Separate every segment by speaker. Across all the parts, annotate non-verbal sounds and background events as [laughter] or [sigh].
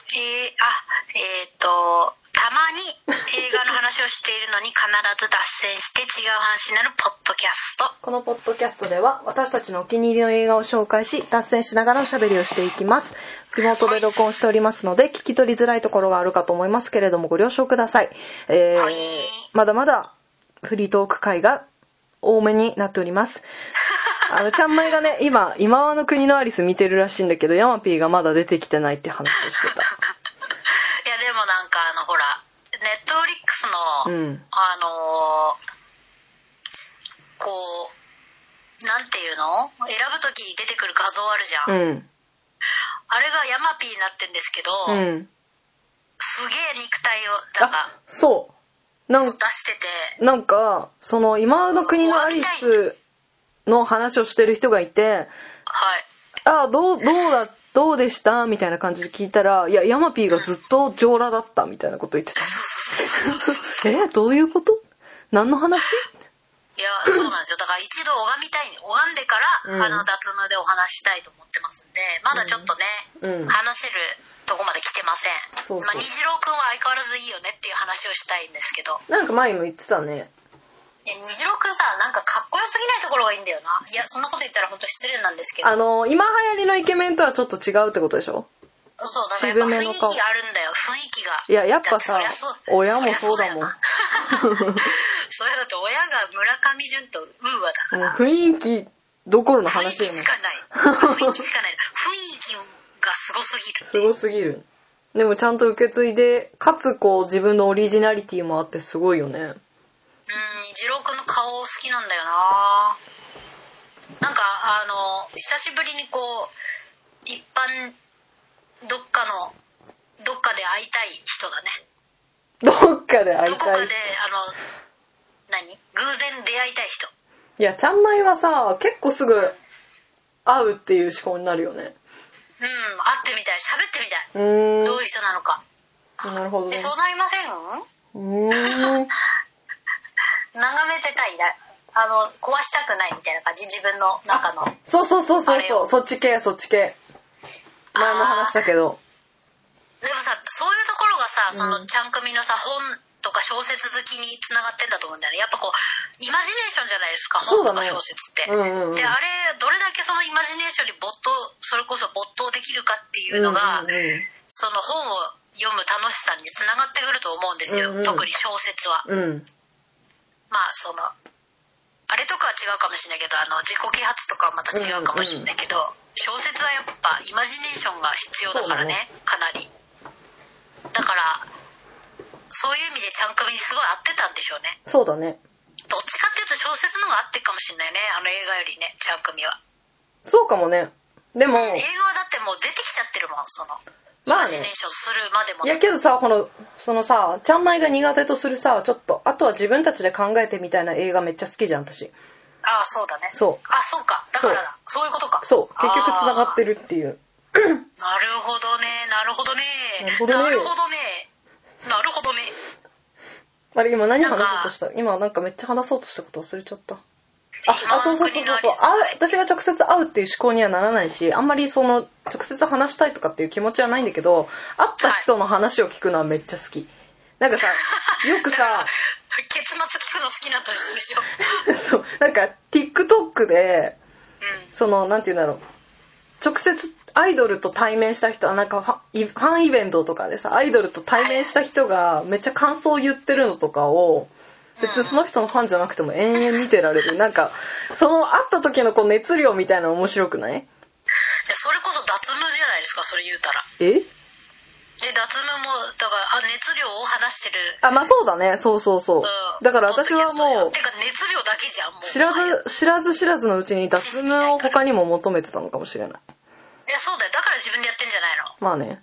Speaker 1: あえっ、とたまに映画の話をしているのに必ず脱線して違う話になるポッドキャスト
Speaker 2: このポッドキャストでは私たちのお気に入りの映画を紹介し脱線しながらおしゃべりをしていきますリモートで録音しておりますので聞き取りづらいところがあるかと思いますけれどもご了承ください、えー
Speaker 1: はい
Speaker 2: まだまだフリートーク会が多めになっております
Speaker 1: [laughs]
Speaker 2: あのちゃんまいがね今今和の国のアリス見てるらしいんだけどヤマピーがまだ出てきてないって話をして
Speaker 1: いやでもなんかあのほらネットフリックス
Speaker 2: た
Speaker 1: [laughs]
Speaker 2: う
Speaker 1: の、
Speaker 2: ん
Speaker 1: あのーこうなんていうの選ぶ時に出てくる画像あるじ
Speaker 2: う
Speaker 1: ゃん、
Speaker 2: ん
Speaker 1: あれがヤマピーになってんですけど、
Speaker 2: うん
Speaker 1: すげえ肉体をなん
Speaker 2: あ
Speaker 1: か
Speaker 2: そうなん
Speaker 1: そう出してて
Speaker 2: なんかその今和の国のアリスの話をしてる人がいて
Speaker 1: はい
Speaker 2: 「ああどうどうだどうでした?」みたいな感じで聞いたら「いやヤマピーがずっと上裸だった」みたいなこと言 [laughs] ってた
Speaker 1: そうそうそうそうそう
Speaker 2: 「えどういうこと何の話?
Speaker 1: いやそうなんですよだから一度拝みたい拝んでから、
Speaker 2: うん
Speaker 1: あの脱毛でお話ししたいと思ってますんでまだちょっとね、
Speaker 2: うんうん
Speaker 1: 話せるとこまで来てません
Speaker 2: そうそう
Speaker 1: まあ、虹郎くんは相変わらずいいよねっていう話をしたいんですけど」
Speaker 2: なんか前も言ってたね
Speaker 1: いや虹郎くんさなんかかっこよすぎないところがいいんだよないやそんなこと言ったら本当失礼なんですけど
Speaker 2: あの今流行りのイケメンとはちょっと違うってことでしょ
Speaker 1: そうだからやっぱ
Speaker 2: 渋
Speaker 1: 雰
Speaker 2: めの
Speaker 1: 囲気
Speaker 2: 顔
Speaker 1: があるんだよ雰囲気が
Speaker 2: いややっぱ
Speaker 1: だ
Speaker 2: さ
Speaker 1: てそりゃそう
Speaker 2: 親もそうだ
Speaker 1: りゃ
Speaker 2: もんも
Speaker 1: よな [laughs] それだって親が村上淳とウーアだか
Speaker 2: う
Speaker 1: ら
Speaker 2: 雰囲気どころの
Speaker 1: 雰囲
Speaker 2: 話
Speaker 1: 気
Speaker 2: よ
Speaker 1: し
Speaker 2: ね
Speaker 1: か
Speaker 2: [laughs]
Speaker 1: ない雰囲気しかない雰囲気がすごすぎる
Speaker 2: すごすぎるでもちゃんと受け継いでかつこう自分のオリジナリティもあってすごいよね
Speaker 1: うん二郎くんの顔好きなんだよななんかあの久しぶりにこう一般どっかのどっかで会いたい人だね
Speaker 2: どっかで会い
Speaker 1: どこか
Speaker 2: たい
Speaker 1: であの何偶然出会いたい人
Speaker 2: いやちゃんまいはさ結構すぐ会うっていう思考になるよね
Speaker 1: うん会ってみたい喋ってみたいう
Speaker 2: ーん
Speaker 1: どういう人なのか
Speaker 2: なるほど
Speaker 1: え
Speaker 2: ね
Speaker 1: そうなりません
Speaker 2: うーん
Speaker 1: 眺めてたいなあの壊したくないみたいな感じ自分の中の
Speaker 2: そうそうそうそ
Speaker 1: あ
Speaker 2: う
Speaker 1: れ
Speaker 2: そ
Speaker 1: を
Speaker 2: うそっち系そっち系前も話したけど
Speaker 1: でもさそういうところがさその
Speaker 2: うん
Speaker 1: ちゃん組のさ、本とか小説好きにつながってんだと思うんだよねやっぱこうイマジネーションじゃないですか
Speaker 2: そ
Speaker 1: 本
Speaker 2: うだ
Speaker 1: と
Speaker 2: ね
Speaker 1: か小説って、
Speaker 2: うんうんうん
Speaker 1: であれどれだけそのイマジネーションに没頭それこそ没頭できるかっていうのが、
Speaker 2: うんうん
Speaker 1: その本を読む楽しさにつながってくると思うんですよ、
Speaker 2: うんうん
Speaker 1: 特に小説は
Speaker 2: うんうん
Speaker 1: まあそのあれとかは違うかもしれないけどあの自己啓発とかはまた違うかもしれないけど、小説はやっぱイマジネーションが必要だからねかなりだからそういう意味でちゃん組にすごい合ってたんでしょうね
Speaker 2: そうだね
Speaker 1: どっちかっていうと小説の方が合ってるかもしれないねあの映画よりねちゃん組は
Speaker 2: そうかもねで
Speaker 1: 映画
Speaker 2: も
Speaker 1: はだってもう出てきちゃってるもんそのイ
Speaker 2: ま
Speaker 1: マ
Speaker 2: あ
Speaker 1: ジネー
Speaker 2: ね
Speaker 1: ションするまでも
Speaker 2: い
Speaker 1: な
Speaker 2: や
Speaker 1: く
Speaker 2: けどさこのそのさちゃんまいが苦手とするさちょっとあとは自分たちで考えてみたいな映画めっちゃ好きじゃん私
Speaker 1: ああそうだね
Speaker 2: そう
Speaker 1: あそうかだからだそういうことか
Speaker 2: そう結局つながって
Speaker 1: る
Speaker 2: るっていう
Speaker 1: なるほどねなるほどね
Speaker 2: なるほどね
Speaker 1: なるほどねなるほどね
Speaker 2: あれ今何
Speaker 1: なん
Speaker 2: 話
Speaker 1: か
Speaker 2: そうとした今なんかめっちゃ話そうとしたこと忘れちゃったあ
Speaker 1: 今
Speaker 2: あそうそうそうそうそ
Speaker 1: 国
Speaker 2: う
Speaker 1: のあり
Speaker 2: 会う私が直接会うっていう思考にはならないしあんまりその直接話したいとかっていう気持ちはないんだけど会った人の話を聞くのはめっちゃ好きなんかさよくさ [laughs]
Speaker 1: 結末聞くの好きなと一緒でしょ
Speaker 2: そうなんか TikTok で
Speaker 1: う
Speaker 2: そのなんて言うんだろう直接アイドルと対面した人はなんかファイファンイベントとかでさアイドルと対面した人がめっちゃ感想を言ってるのとかを別にその人のファンじゃなくても延々見てられるなんかその会った時のこう熱量みたいなの面白くない
Speaker 1: んでそれこそ脱毛じゃないですかそれ言うたら
Speaker 2: え
Speaker 1: で脱毛もだからあ熱量を話してる、
Speaker 2: あまあそうだねそうそうそ
Speaker 1: う
Speaker 2: う、
Speaker 1: ん
Speaker 2: だから私は
Speaker 1: ポッ
Speaker 2: も
Speaker 1: ド
Speaker 2: う
Speaker 1: キャストやてか熱量だけじゃんもう
Speaker 2: 知らず知らず知らずのうちに脱毛を他にも求めてたのかもしれない
Speaker 1: いやそうだよだから自分でやってんじゃないの
Speaker 2: まあね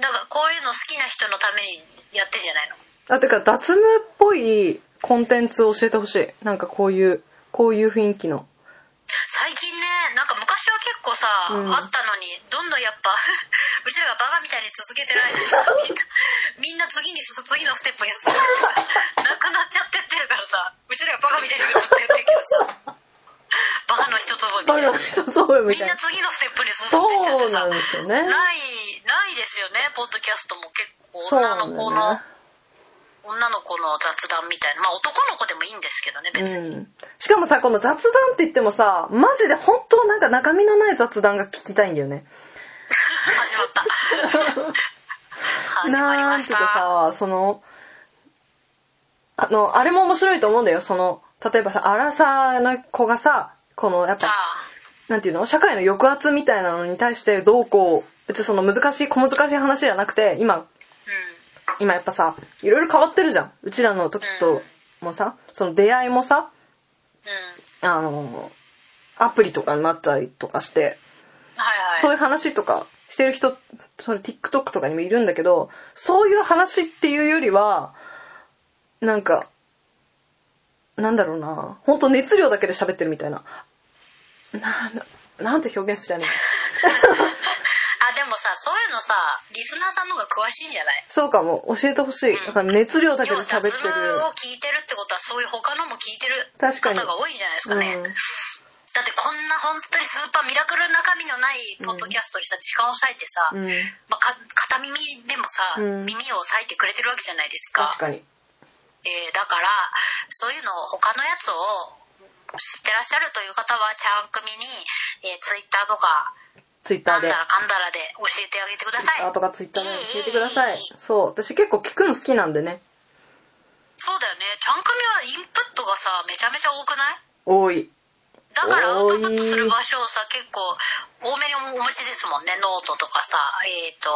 Speaker 1: だからこういうの好きな人のためにやってんじゃないの
Speaker 2: あてか脱毛っぽいコンテンツを教えてほしいなんかこういうこういう雰囲気の
Speaker 1: 最近ねなんか昔は結構さ、
Speaker 2: うん
Speaker 1: あったのにどんどんやっぱ [laughs] うちらがバカみたいに続けてないの
Speaker 2: [laughs]
Speaker 1: にさみんなみんな次に進次のステップに進んでさなくなっちゃってってるからさうちらがバカみたいにずっとやってるけどさバカの一つ覚えみ
Speaker 2: バ
Speaker 1: たい
Speaker 2: カ
Speaker 1: な
Speaker 2: そうみ
Speaker 1: みん
Speaker 2: たいな
Speaker 1: な次のステップに進ん
Speaker 2: そ
Speaker 1: でっちゃって
Speaker 2: う
Speaker 1: さ
Speaker 2: なんですよね
Speaker 1: ないないですよねポッドキャストも結構
Speaker 2: そう
Speaker 1: 女
Speaker 2: な
Speaker 1: の
Speaker 2: ん
Speaker 1: 子
Speaker 2: だ
Speaker 1: の、
Speaker 2: よね
Speaker 1: 女の子の雑談みたいなまあ男の子でもいいんですけどね別に、
Speaker 2: うん、しかもさこの雑談って言ってもさマジで本当なんか中身のない雑談が聞きたいんだよね
Speaker 1: 始ま
Speaker 2: [laughs]
Speaker 1: った始まり
Speaker 2: な
Speaker 1: ま
Speaker 2: んて
Speaker 1: し
Speaker 2: いう
Speaker 1: た
Speaker 2: かさそのあのあれも面白いと思うんだよその例えばさアラサーの子がさこのやっ
Speaker 1: あ
Speaker 2: ぱ
Speaker 1: あ
Speaker 2: なんていうの社会の抑圧みたいなのに対してどうこう別にその難しい小難しい話じゃなくて今
Speaker 1: う
Speaker 2: 今やっぱさいろいろ変わってるじゃんうちらの時ともさその出会いもさ
Speaker 1: んうん
Speaker 2: あのアプリとかになったりとかして
Speaker 1: はいはい
Speaker 2: そういうう話とかしてる人それ TikTok とかにもいるんだけどそういう話っていうよりはなんかなんだろうな本当熱量だけで喋ってるみたいななんなんて表現すりゃね
Speaker 1: あでもさそういうのさリスナーさんの方が詳しいんじゃない
Speaker 2: そうかも教えてほしいだから熱量だけで
Speaker 1: 要は雑
Speaker 2: 喋って
Speaker 1: 務
Speaker 2: る
Speaker 1: を聞いてるってことはそういう他のも聞いてる方
Speaker 2: 確かに
Speaker 1: が多いんじゃないですかね
Speaker 2: うん
Speaker 1: だってこんな本当にスーパーミラクル中身のないポッドキャストにさ時間を割いてさ、
Speaker 2: うん
Speaker 1: まあ、か片耳でもさ、
Speaker 2: うん
Speaker 1: 耳を割いてくれてるわけじゃないですか
Speaker 2: 確かに
Speaker 1: えーだからそういうのを他のやつを知ってらっしゃるという方はちゃん組に、えー、ツイッターとか
Speaker 2: Twitter
Speaker 1: なん
Speaker 2: で
Speaker 1: だらかんだらで教えてあげてください
Speaker 2: Twitter とか Twitter で教えてくださいそう私結構聞くの好きなんでね
Speaker 1: そうだよねちゃん組はインプットがさめちゃめちゃ多くない
Speaker 2: 多い
Speaker 1: だからアウトプットする場所をさ結構多めにお持ちですもんねノートとかさえっ、と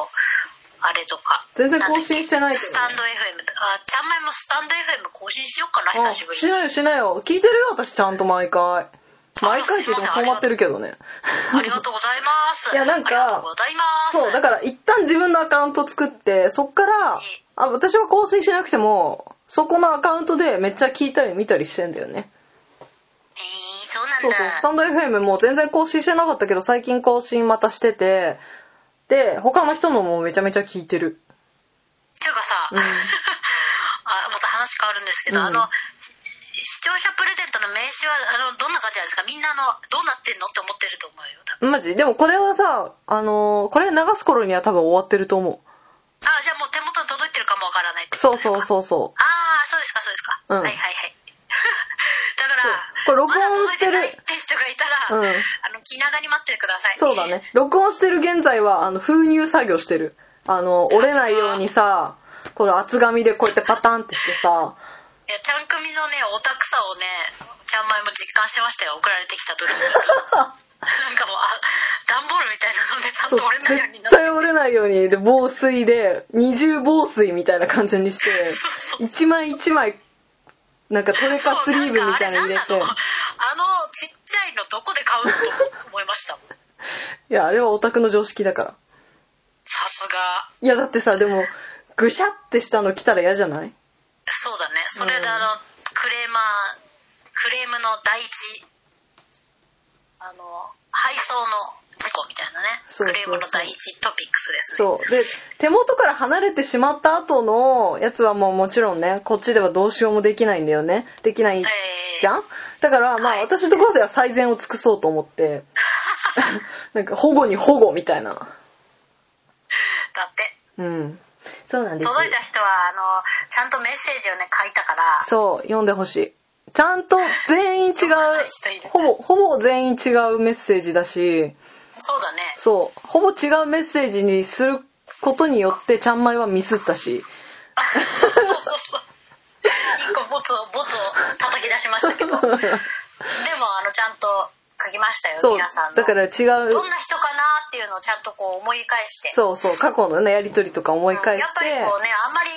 Speaker 1: あれとか
Speaker 2: 全然更新してないけどね
Speaker 1: スタンド FM あちゃんまいもスタンド FM 更新しようかな久しぶ
Speaker 2: し
Speaker 1: りに
Speaker 2: ないよしないよ聞いてるよ私ちゃんと毎回毎回って言っても困ってるけどね
Speaker 1: ありがとうございます
Speaker 2: いやなんか
Speaker 1: ありがとうございます
Speaker 2: そうだから一旦自分のアカウント作ってそっからあ私は更新しなくてもそこのアカウントでめっちゃ聞いたり見たりしてんだよね
Speaker 1: えーそうなんだ
Speaker 2: そうそうスタンド FM も全然更新してなかったけど最近更新またしててで他の人のもめちゃめちゃ聞いてる
Speaker 1: っていうかさ、
Speaker 2: うん
Speaker 1: あまた話変わるんですけど、
Speaker 2: うん
Speaker 1: あの視聴者プレゼントの名刺はあのどんな感じなんですかみんなあのどうなってんのって思ってると思うよ多分
Speaker 2: マジでもこれはさあのーこれ流す頃には多分終わってると思
Speaker 1: あじゃあもう手元に届いてるかもわからないって
Speaker 2: う
Speaker 1: こと
Speaker 2: そう
Speaker 1: ですか
Speaker 2: そうそうそう
Speaker 1: ああそうですかそうですか、
Speaker 2: う
Speaker 1: はい
Speaker 2: ん
Speaker 1: はいはい [laughs] だか
Speaker 2: そう
Speaker 1: ら
Speaker 2: これ録音してる
Speaker 1: まだ届いてないって人がいたら、
Speaker 2: うん
Speaker 1: あの気長に待ってください
Speaker 2: そうだね。録音してる現在は、あの、封入作業してる。あの、折れないようにさ、この厚紙でこうやってパタンってしてさ、
Speaker 1: いやちゃん組のねオタクさをねちゃんまいも実感してましたよ送られてきた
Speaker 2: [laughs]
Speaker 1: 時になんかもうあ段ボールみたいなのでちゃん
Speaker 2: そ
Speaker 1: と
Speaker 2: う
Speaker 1: 折れないようにな
Speaker 2: 絶
Speaker 1: って
Speaker 2: 対折れないように、で、防水で、二重防水みたいな感じにして、
Speaker 1: そうそう
Speaker 2: 一枚一枚、なんかトレ
Speaker 1: そう
Speaker 2: カスリーブみたいなの入れ
Speaker 1: なんかあれ何なの
Speaker 2: て、
Speaker 1: あのちっちゃいのどこで買うのと思いましたもん
Speaker 2: いや、あれはオタクの常識だから。
Speaker 1: さすが
Speaker 2: いや、だってさ、でも、ぐしゃってしたの来たら嫌じゃない
Speaker 1: そうだねそれ
Speaker 2: うん
Speaker 1: であの、クレーマークレームの第一あの配送の事故みたいなね
Speaker 2: そうそうそ
Speaker 1: ク
Speaker 2: う
Speaker 1: レームの第一トピックスですね
Speaker 2: そう。で、手元から離れてしまった後のやつはもうもちろんね、こっちではどうしようもできないんだよね。できない
Speaker 1: えー
Speaker 2: じゃんだから、
Speaker 1: は
Speaker 2: まあ
Speaker 1: い
Speaker 2: 私のところでは最善を尽くそうと思
Speaker 1: [laughs]
Speaker 2: って、なんか保護に保護みたいな。
Speaker 1: だって
Speaker 2: うん。そうなんですよ
Speaker 1: 届いた人はあのちゃんとメッセージをね書いたから
Speaker 2: そう、読んでほしい。ちゃんと全員違う
Speaker 1: 読まない人いる、
Speaker 2: ほぼ、ほぼ全員違うメッセージだし、
Speaker 1: そう
Speaker 2: [laughs]
Speaker 1: だね
Speaker 2: そう、ほぼ違うメッセージにすることによってちゃんまいはミスったし、
Speaker 1: そうそうそう一個ボツをボツを叩き出しましたけ
Speaker 2: [laughs]
Speaker 1: どでもあのちゃんと書きましたよ
Speaker 2: そう
Speaker 1: 皆さん、の
Speaker 2: だから違う
Speaker 1: どんな人かなっていうのをちゃんとこう思い返して
Speaker 2: [laughs] そうそう過去のねやり取りとか思い返し
Speaker 1: やっぱ
Speaker 2: て、
Speaker 1: りこうねあんまり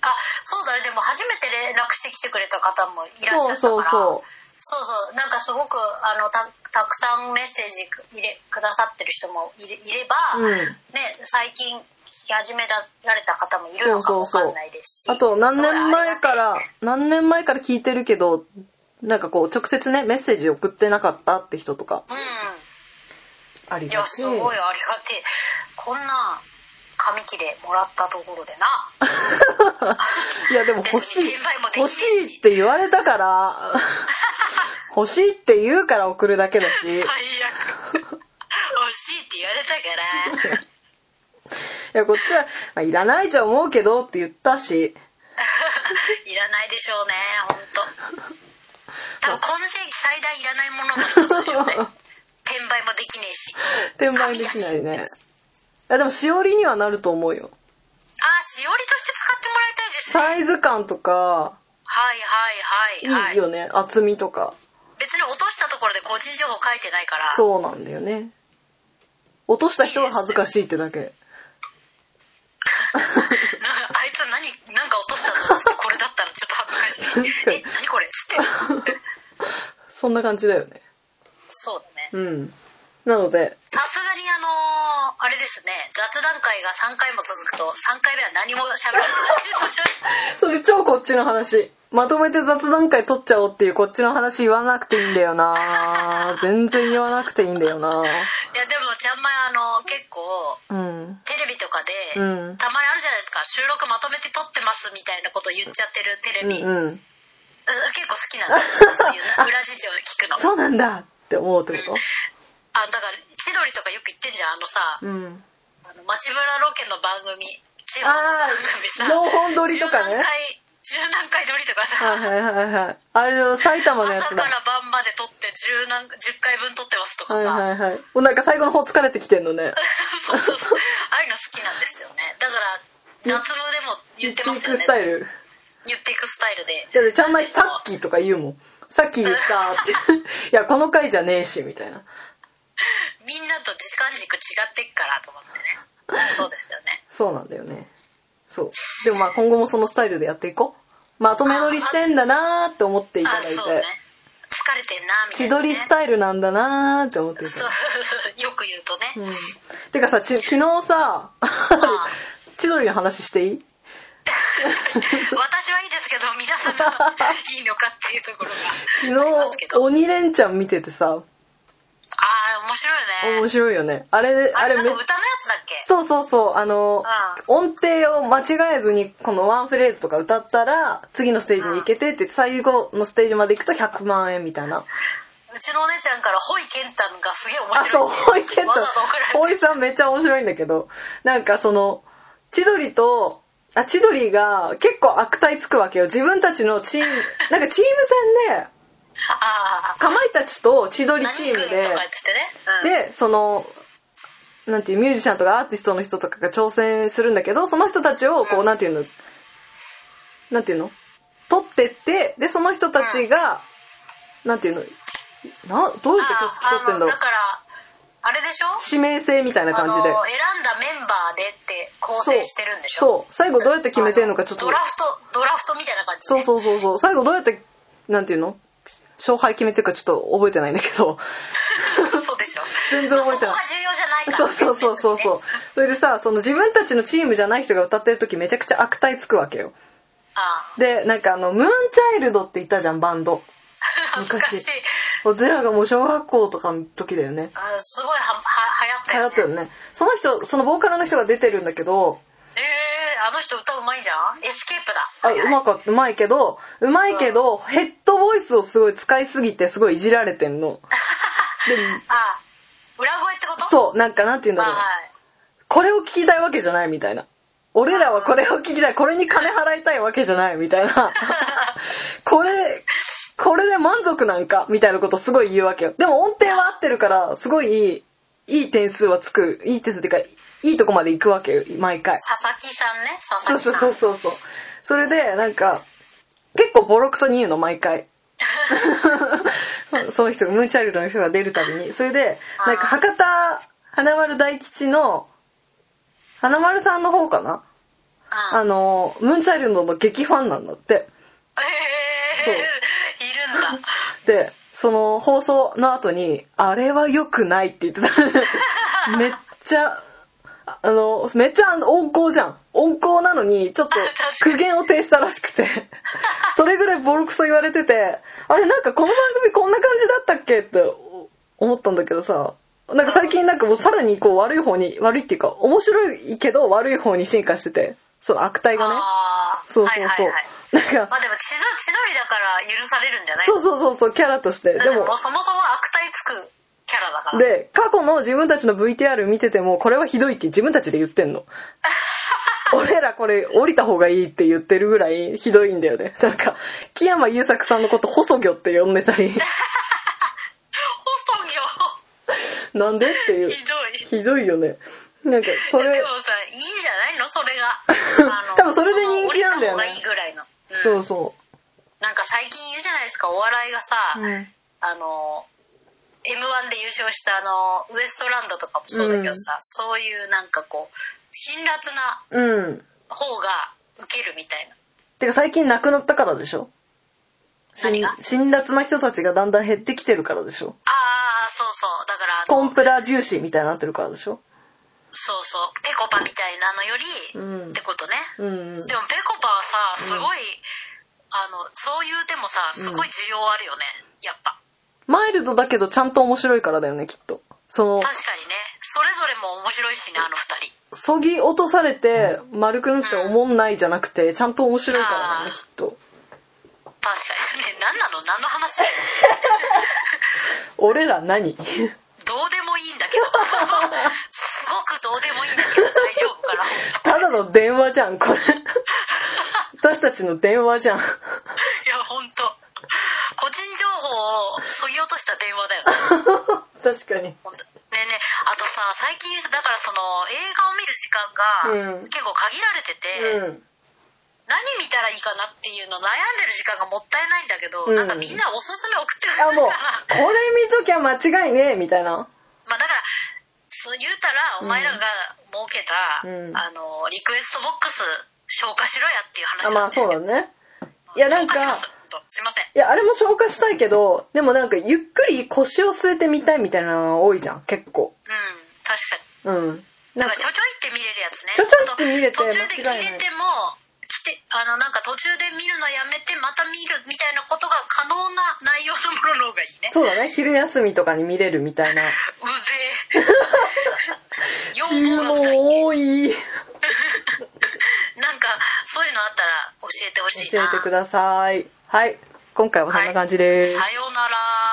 Speaker 1: あそうだねでも初めて連絡してきてくれた方もいらっし
Speaker 2: そ
Speaker 1: ゃった
Speaker 2: う
Speaker 1: から
Speaker 2: そうそ
Speaker 1: そうそうなんかすごくあのたたくさんメッセージ入れくださってる人もいれいれば、
Speaker 2: うん
Speaker 1: ね、最近聞き始められた方もいるのかもわ
Speaker 2: そうそうそう
Speaker 1: かんないですし
Speaker 2: うあと何年前か
Speaker 1: すごいありがたい
Speaker 2: ら何年前から聞いてるけどなんかこう直接ねメッセージ送ってなかったって人とかあ
Speaker 1: う
Speaker 2: り
Speaker 1: んいや
Speaker 2: が
Speaker 1: す
Speaker 2: ち
Speaker 1: ごいありがてえこんな紙切れもらったところでな
Speaker 2: いやでも欲しい
Speaker 1: 別に転売もでき
Speaker 2: 欲
Speaker 1: る
Speaker 2: し
Speaker 1: し
Speaker 2: いって言われたから
Speaker 1: [laughs]
Speaker 2: 欲しいって言うから送るだけだ
Speaker 1: [laughs]
Speaker 2: し [laughs] [laughs]
Speaker 1: 最悪惜しいって言われたから
Speaker 2: やこっちは、まあ、いらないとは思うけどって言ったし
Speaker 1: いらないでしょうね本当多分今世紀最大いらないものの一つでしょうね転売もできねえし
Speaker 2: [laughs] 転売で
Speaker 1: [laughs]
Speaker 2: きないねいやでもしおりにはなると思うよ
Speaker 1: あしおりとして使ってもらいたいですね
Speaker 2: サイズ感とか
Speaker 1: はいはい
Speaker 2: い
Speaker 1: はいはい
Speaker 2: いよね、厚みとか
Speaker 1: 別に落としたところで個人情報書いてないから
Speaker 2: そうなんだよね落とした人が恥ずかしいってだ
Speaker 1: [laughs]
Speaker 2: け
Speaker 1: なんか [laughs] あいつ何なんか落としたぞっつってこれだったらちょっと恥ず
Speaker 2: [laughs]
Speaker 1: かしいえ何これっつって
Speaker 2: そんな感じだよね
Speaker 1: そうだね
Speaker 2: うんなので
Speaker 1: さすがにあのーあれですね雑談会が3回も続くと3回目は何も喋らない [laughs] ですね
Speaker 2: それ超こっちの話まとめて雑談会取っちゃおうっていうこっちの話言わなくていいんだ
Speaker 1: [laughs]
Speaker 2: よな全然言わなくていいんだよない
Speaker 1: やでもちゃんまいあの結構
Speaker 2: うん
Speaker 1: テレビとかで、
Speaker 2: うん
Speaker 1: たまにあるじゃないですか収録まとめて撮ってますみたいなこと言っちゃってるテレ
Speaker 2: うん
Speaker 1: ビ、
Speaker 2: うん
Speaker 1: 結構好きなんですよそういう
Speaker 2: [laughs]
Speaker 1: 裏事情を聞くの
Speaker 2: そうなんだって思うってこ
Speaker 1: あだから千鳥とかよく言ってんじゃんあのさ
Speaker 2: とうん
Speaker 1: あの街ブラロケの番組地方の番組さ
Speaker 2: 4本撮りとかね
Speaker 1: 十何回十何回撮りとかさ、
Speaker 2: はいはいはいはいあれの埼玉のや
Speaker 1: 朝
Speaker 2: つ
Speaker 1: か
Speaker 2: だ
Speaker 1: ら晩まで撮って十何十回分撮ってますとか
Speaker 2: はい
Speaker 1: さ、
Speaker 2: はいはいもうなんか最後の方疲れてきてんのね
Speaker 1: [laughs] そうそうそうああいうの好きなんですよねだから夏のでも言ってますよ
Speaker 2: ピンク
Speaker 1: ね
Speaker 2: スタイル
Speaker 1: 言っていくスタイルで
Speaker 2: いやでちゃんまいさっきとか言うもんさっき言ったって [laughs] いやこの回じゃねえしみたいな
Speaker 1: みんなと時間軸違ってっからと思ってねそうですよね
Speaker 2: そうなんだよねそうでもまあ今後もそのスタイルでやっていこうまとめ乗りしてんだなーって思っていただ
Speaker 1: あ
Speaker 2: いて、
Speaker 1: そうね疲れてんなみたい
Speaker 2: 千
Speaker 1: な、ね、
Speaker 2: 鳥スタイルなんだなーって思っていた
Speaker 1: そうそう [laughs] よく言うとね、
Speaker 2: うん、てかさち昨日さ
Speaker 1: あ
Speaker 2: [laughs] 千鳥の話していい
Speaker 1: 私はいいですけど皆さん
Speaker 2: [laughs]
Speaker 1: がいいのかっていうところが
Speaker 2: 昨
Speaker 1: ありますけ
Speaker 2: 日
Speaker 1: どあ
Speaker 2: 鬼レンチャン見ててさ
Speaker 1: あー面白い
Speaker 2: 面
Speaker 1: ね
Speaker 2: 白いよねあれ
Speaker 1: あ
Speaker 2: あ
Speaker 1: れな
Speaker 2: れ
Speaker 1: ん
Speaker 2: め
Speaker 1: か
Speaker 2: っ
Speaker 1: 歌のやつだっけ
Speaker 2: そうそうそうあの
Speaker 1: あ
Speaker 2: 音程を間違えずにこのワンフレーズとか歌ったら次のステージに行けてって最後のステージまで行くと100万円みたいな
Speaker 1: うちのお姉ちゃんから「ほいけんたんがすげえ面
Speaker 2: あ、
Speaker 1: 白
Speaker 2: そ
Speaker 1: い」
Speaker 2: う、ホイケン
Speaker 1: わざわざ送られて
Speaker 2: ト。ホイさんめっちゃ面白いんだけど、なんかその、千鳥と、あ、千鳥が結構悪態つくわけよ。自分たちのチーム、なんかチーム戦で、
Speaker 1: ああ
Speaker 2: かまいたちと千鳥
Speaker 1: 何
Speaker 2: チー
Speaker 1: 君
Speaker 2: ム
Speaker 1: とか
Speaker 2: で、
Speaker 1: 言ってね、うん、
Speaker 2: で、その、なんていう、ミュージシャンとかアーティストの人とかが挑戦するんだけど、その人たちを、こ
Speaker 1: う
Speaker 2: う、
Speaker 1: ん
Speaker 2: なんていうの、なんていうの取ってって、で、その人たちが、なんていうの、な、どうやって競
Speaker 1: あ
Speaker 2: っ
Speaker 1: あ
Speaker 2: てんだ
Speaker 1: の
Speaker 2: ろう
Speaker 1: だ。からあれでしょ
Speaker 2: 指名制みたいな感じで
Speaker 1: あ。の選んだメンバーでって構成してるんでしょう
Speaker 2: そう最後どうやって決めてんのかちょっと
Speaker 1: ドラフトドラフトみたいな感じ
Speaker 2: そ
Speaker 1: で
Speaker 2: うそうそうそう最後どうやってなんていうの勝敗決めてるかちょっと覚えてないんだけど
Speaker 1: そうでしょ
Speaker 2: 全然覚えてな
Speaker 1: まあそこ
Speaker 2: い
Speaker 1: が重要じゃないから
Speaker 2: そうそうそう
Speaker 1: 別に
Speaker 2: そうそ
Speaker 1: ね
Speaker 2: うそれでさその自分たちのチームじゃない人が歌ってる時めちゃくちゃ悪態つくわけよ
Speaker 1: あ
Speaker 2: でなんかあのムーンチャイルドっていたじゃんバンド
Speaker 1: あ恥ずかしい
Speaker 2: 昔おゼラがもう小学校とかの時だよね
Speaker 1: あすごいはは
Speaker 2: 流
Speaker 1: 流
Speaker 2: 行
Speaker 1: 行
Speaker 2: っ
Speaker 1: ったた
Speaker 2: よ
Speaker 1: よね
Speaker 2: ねその人そのボーカルの人が出てるんだけど
Speaker 1: ええあの人歌うまいじゃんエスケープだ
Speaker 2: あうまかったうまいけどうまいけどヘッドボイスをすごい使いすぎてすごいいじられてんので
Speaker 1: あ裏声ってことう
Speaker 2: そうなんかなんて言うんだろう、
Speaker 1: はい
Speaker 2: これを聞きたいわけじゃないみたいな俺らはこれを聞きたいこれに金払いたいわけじゃないみた
Speaker 1: [laughs]
Speaker 2: いなこれこれで満足なんかみたいなことすごい言うわけよでも音程は合ってるからすごいいいいい点数はつくいい点数っていうかいいとこまで行くわけよ毎回
Speaker 1: 佐々木さんね佐
Speaker 2: そう
Speaker 1: 々木さ
Speaker 2: そ
Speaker 1: ん
Speaker 2: うそうそうそうそれでなんか結構ボロクソに言うの毎回 [laughs] その人がムーンチャイルドの人が出るたびにそれでなんか
Speaker 1: あー
Speaker 2: 博多花丸大吉の花丸さんの方かなあ
Speaker 1: あ
Speaker 2: のムーンチャイルドの激ファンなんだって
Speaker 1: ええいるんだ
Speaker 2: でその放送の後に「あれは良くない」って言って
Speaker 1: [laughs]
Speaker 2: ためっちゃあのめっちゃあの温厚じゃん温厚なのにちょっと
Speaker 1: 確かに
Speaker 2: 苦言を呈したらしくて
Speaker 1: [laughs]
Speaker 2: それぐらいボロクソ言われててあれなんかこの番組こんな感じだったっけって思ったんだけどさなんか最近なんかもうさらにこう悪い方に悪いっていうか面白いけど悪い方に進化しててその悪態がね
Speaker 1: あー
Speaker 2: そうそうそう、
Speaker 1: はいはいはい
Speaker 2: なんか
Speaker 1: まあでも千鳥千鳥だから許されるんじゃない
Speaker 2: そうそうそうそうキャラとして
Speaker 1: で
Speaker 2: で
Speaker 1: も
Speaker 2: も
Speaker 1: そもそも悪態つくキャラだ [laughs] から。
Speaker 2: で過去の自分たちの VTR 見ててもこれはひどいって自分たちで言ってんの俺らこれ降りた方がいいって言ってるぐらいひどいんだよねなんか木山優作さんのこと細魚って呼んでたり
Speaker 1: 細魚
Speaker 2: なんでっていう
Speaker 1: ひどい。
Speaker 2: ひどいよねなんかそ
Speaker 1: で
Speaker 2: れ
Speaker 1: もさいいんじゃないのそれが
Speaker 2: [laughs]
Speaker 1: あの
Speaker 2: 多分それで人気なんだ
Speaker 1: その降りた方
Speaker 2: よね
Speaker 1: がいいぐらいの、うん
Speaker 2: そうそ
Speaker 1: なんか最近言うじゃないですかお笑いがさ、
Speaker 2: う、うん
Speaker 1: あの m 1で優勝したあのウエストランドとかもそうだけどさ、そういうなんかこう辛辣な
Speaker 2: うん、
Speaker 1: 方がウケるみたいな
Speaker 2: てか最近亡くなったからでしょ
Speaker 1: 何が
Speaker 2: 辛辣な人たちがだんだん減ってきてるからでしょ
Speaker 1: ああそうそうだからあの
Speaker 2: コンプラ重視みたいになってるからでしょ
Speaker 1: そうそうぺこぱみたいなのより、
Speaker 2: うん
Speaker 1: ってことね
Speaker 2: うん
Speaker 1: でもぺこぱはさすごい、あのそういうでもさすごい需要あるよね、やっぱ
Speaker 2: マイルドだけどちゃんと面白いからだよねきっとその
Speaker 1: 確かにねそれぞれも面白いしねあの二人
Speaker 2: そぎ落とされて丸くなって
Speaker 1: うん
Speaker 2: おもんないじゃなくてちゃんと面白いからだよ
Speaker 1: あ
Speaker 2: ね
Speaker 1: ー
Speaker 2: きっと
Speaker 1: 確かに
Speaker 2: [laughs]
Speaker 1: ね何なの何の話だよ
Speaker 2: 俺ら何 [laughs]
Speaker 1: どうでもいいんだけどすごくどうでもいいんだけど大丈夫かな本
Speaker 2: ただの電話じゃん
Speaker 1: [laughs]
Speaker 2: これ私たちの電話じゃん [laughs]
Speaker 1: 当いや本当個人情報をそぎ落とした電話だよね
Speaker 2: 確かに
Speaker 1: 本当ねえねえあとさ最近だからその映画を見る時間が
Speaker 2: うん
Speaker 1: 結構限られてて、
Speaker 2: うん
Speaker 1: 何見たらいいかなっていうの悩んでる時間がもったいないんだけど、
Speaker 2: うん
Speaker 1: なんかみんなおすすめ送って
Speaker 2: あ
Speaker 1: くれ
Speaker 2: もう
Speaker 1: る
Speaker 2: こ
Speaker 1: から
Speaker 2: れ見ときゃ間違いねえみたいな
Speaker 1: [laughs] まあだからそう言うたら
Speaker 2: うん
Speaker 1: お前らが設けた、
Speaker 2: うん
Speaker 1: あのリクエストボックス消化しろやっていう
Speaker 2: あ
Speaker 1: 話
Speaker 2: ま
Speaker 1: な
Speaker 2: あ
Speaker 1: んです
Speaker 2: そう
Speaker 1: よ、
Speaker 2: だねいやなんか
Speaker 1: 消化しますほんとすいません
Speaker 2: いやあれも消化したいけどでもなんかゆっくり腰を据えてみたいみたいなのが多いじゃん結構
Speaker 1: うん確かに
Speaker 2: うん
Speaker 1: だ
Speaker 2: なん
Speaker 1: か
Speaker 2: から
Speaker 1: ちょちょいって見れるやつね
Speaker 2: ちょちょいって見れて
Speaker 1: あと途中で切
Speaker 2: 間違いない
Speaker 1: れても来てあのなんか途中で見るのやめてまた見るみたいなことが可能な内容のものの方がいいねう
Speaker 2: そうだね昼休みとかに見れるみたいな
Speaker 1: ぜ
Speaker 2: [laughs]
Speaker 1: え [laughs] 四
Speaker 2: 注
Speaker 1: 本がうざい
Speaker 2: 文多い教
Speaker 1: なんかそういうのあったら教えてほしい
Speaker 2: え
Speaker 1: な
Speaker 2: てくださいはい今回はそんな感じです、
Speaker 1: さようなら